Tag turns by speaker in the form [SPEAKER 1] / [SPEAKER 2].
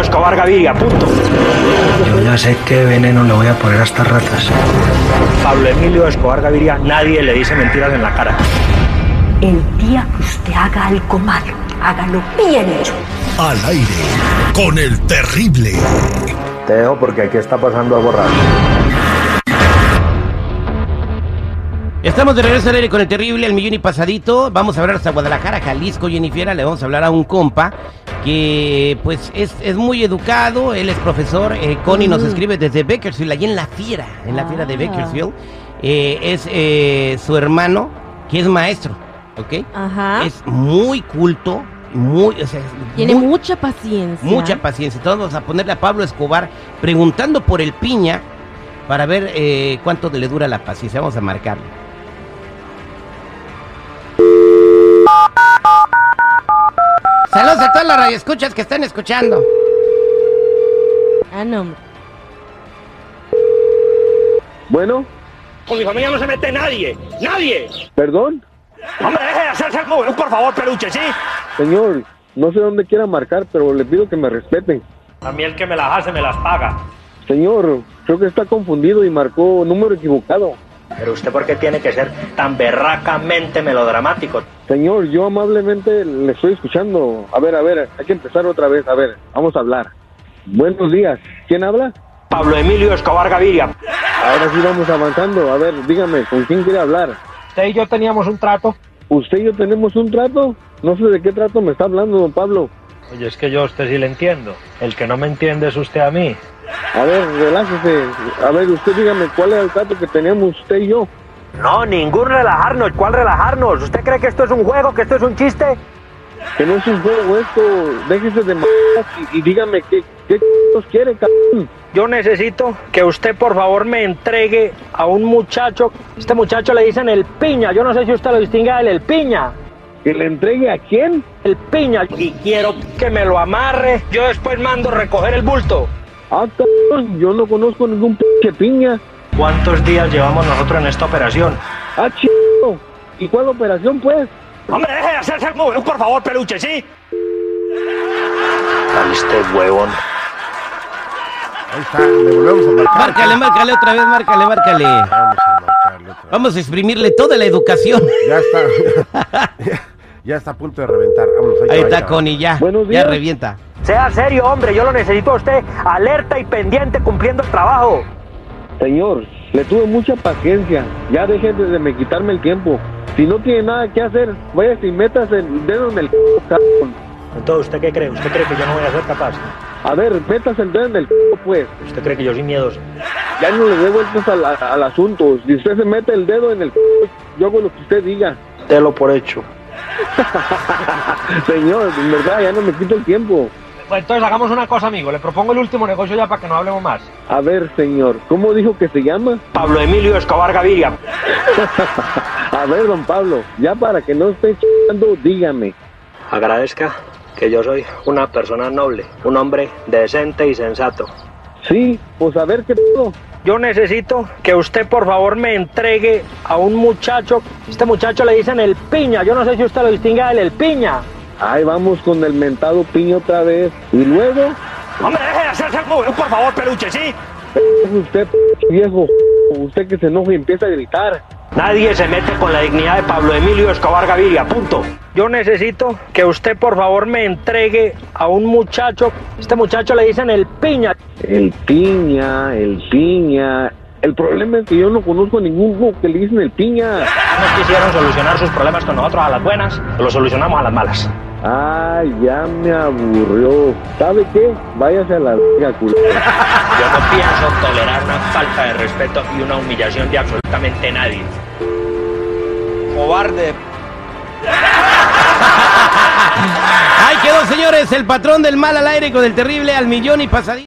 [SPEAKER 1] Escobar Gaviria, punto.
[SPEAKER 2] Yo ya sé qué veneno le voy a poner a estas ratas.
[SPEAKER 1] Pablo Emilio Escobar Gaviria, nadie le dice mentiras en la cara.
[SPEAKER 3] El día que usted haga algo malo, hágalo bien hecho.
[SPEAKER 4] Al aire, con el terrible.
[SPEAKER 2] Te dejo porque aquí está pasando algo raro.
[SPEAKER 5] Estamos de regreso al aire con el terrible, el millón y pasadito. Vamos a hablar hasta Guadalajara, Jalisco, Jennifer. Le vamos a hablar a un compa que, pues, es, es muy educado. Él es profesor. Eh, Connie nos escribe desde Bakersfield, allí en la fiera, en la fiera de Bakersfield. Eh, es eh, su hermano, que es maestro, ¿ok?
[SPEAKER 6] Ajá.
[SPEAKER 5] Es muy culto, muy, o sea, es
[SPEAKER 6] Tiene
[SPEAKER 5] muy-
[SPEAKER 6] mucha paciencia.
[SPEAKER 5] mucha paciencia. Entonces vamos a ponerle a Pablo Escobar preguntando por el piña para ver eh, cuánto le dura la paciencia. Vamos a marcarle. Saludos a todas las radioescuchas que están escuchando.
[SPEAKER 6] Ah, no. hombre.
[SPEAKER 7] Bueno,
[SPEAKER 1] Con mi familia no se mete nadie, nadie.
[SPEAKER 7] perdón,
[SPEAKER 1] Hombre, deje de hacerse el joven, por favor, peluche, ¿sí?
[SPEAKER 7] señor, no sé dónde quiera marcar, pero le pido que me respeten.
[SPEAKER 1] A mí el que me las hace me las paga.
[SPEAKER 7] Señor, creo que está confundido y marcó número equivocado.
[SPEAKER 1] Pero usted, ¿por qué tiene que ser tan berracamente melodramático?
[SPEAKER 7] Señor, yo amablemente le estoy escuchando. A ver, a ver, hay que empezar otra vez. A ver, vamos a hablar. Buenos días, ¿quién habla?
[SPEAKER 1] Pablo Emilio Escobar Gaviria.
[SPEAKER 7] Ahora sí vamos avanzando. A ver, dígame, ¿con quién quiere hablar?
[SPEAKER 1] Usted y yo teníamos un trato.
[SPEAKER 7] ¿Usted y yo tenemos un trato? No sé de qué trato me está hablando, don Pablo.
[SPEAKER 1] Oye, es que yo a usted sí le entiendo. El que no me entiende es usted a mí.
[SPEAKER 7] A ver, relájese. A ver, usted dígame, ¿cuál era el trato que teníamos usted y yo?
[SPEAKER 1] No, ningún relajarnos. ¿Cuál relajarnos? ¿Usted cree que esto es un juego, que esto es un chiste?
[SPEAKER 7] Que no es un juego esto. Déjese de m****** y, y dígame, ¿qué, qué c******os quiere, cabrón?
[SPEAKER 1] Yo necesito que usted, por favor, me entregue a un muchacho. Este muchacho le dicen el piña. Yo no sé si usted lo distinga del el piña.
[SPEAKER 7] ¿Que le entregue a quién?
[SPEAKER 1] El piña. Y quiero que me lo amarre. Yo después mando recoger el bulto.
[SPEAKER 7] Ah, cabrón, yo no conozco ningún p***** piña.
[SPEAKER 1] ¿Cuántos días llevamos nosotros en esta operación?
[SPEAKER 7] Ah, chido. ¿Y cuál operación, pues?
[SPEAKER 1] Hombre, deje de hacerse el móvil, por favor, peluche, ¿sí?
[SPEAKER 8] Ahí está, le volvemos a marcar.
[SPEAKER 5] Márcale, márcale otra vez, márcale, márcale.
[SPEAKER 8] Vamos a marcarle otra vez.
[SPEAKER 5] Vamos a exprimirle toda la educación.
[SPEAKER 8] Ya está. ya está a punto de reventar. Vámonos,
[SPEAKER 5] Ahí
[SPEAKER 8] va,
[SPEAKER 5] está
[SPEAKER 8] va.
[SPEAKER 5] Connie, ya.
[SPEAKER 7] Buenos
[SPEAKER 5] Ya
[SPEAKER 7] días.
[SPEAKER 5] revienta.
[SPEAKER 1] Sea serio, hombre, yo lo necesito a usted alerta y pendiente cumpliendo el trabajo.
[SPEAKER 7] Señor, le tuve mucha paciencia. Ya deje de, de me quitarme el tiempo. Si no tiene nada que hacer, vaya y metas el dedo en el c******, cabrón.
[SPEAKER 1] Entonces, ¿usted qué cree? ¿Usted cree que yo no voy a ser capaz?
[SPEAKER 7] A ver, metas el dedo en el c******, pues.
[SPEAKER 1] ¿Usted cree que yo sin miedos?
[SPEAKER 7] Ya no le dé vueltas al, al asunto. Si usted se mete el dedo en el c******, yo hago lo que usted diga.
[SPEAKER 1] Delo por hecho.
[SPEAKER 7] Señor, en verdad, ya no me quito el tiempo.
[SPEAKER 1] Pues entonces hagamos una cosa, amigo. Le propongo el último negocio ya para que no hablemos más.
[SPEAKER 7] A ver, señor, ¿cómo dijo que se llama?
[SPEAKER 1] Pablo Emilio Escobar Gaviria.
[SPEAKER 7] A ver, don Pablo, ya para que no esté chingando, dígame.
[SPEAKER 1] Agradezca que yo soy una persona noble, un hombre decente y sensato.
[SPEAKER 7] Sí, pues a ver qué todo.
[SPEAKER 1] Yo necesito que usted, por favor, me entregue a un muchacho. Este muchacho le dicen el piña. Yo no sé si usted lo distinga del el piña.
[SPEAKER 7] Ahí vamos con el mentado piño otra vez. Y luego,
[SPEAKER 1] Hombre, deje de hacerse el joven, por favor, peluche, ¿sí?
[SPEAKER 7] es usted, p- viejo, usted que se enoja y empieza a gritar.
[SPEAKER 1] Nadie se mete con la dignidad de Pablo Emilio Escobar Gaviria, punto. Yo necesito que usted, por favor, me entregue a un muchacho. Este muchacho le dicen el piña.
[SPEAKER 7] El piña, el piña. El problema es que yo no conozco ninguno que le dicen el piña.
[SPEAKER 1] No quisieron solucionar sus problemas con nosotros a las buenas, los solucionamos a las malas.
[SPEAKER 7] Ay, ya me aburrió. ¿Sabe qué? Váyase a la verga, culero.
[SPEAKER 1] Yo no pienso tolerar una falta de respeto y una humillación de absolutamente nadie. Cobarde.
[SPEAKER 5] Ahí quedó, señores, el patrón del mal al aire con el terrible al millón y pasadito.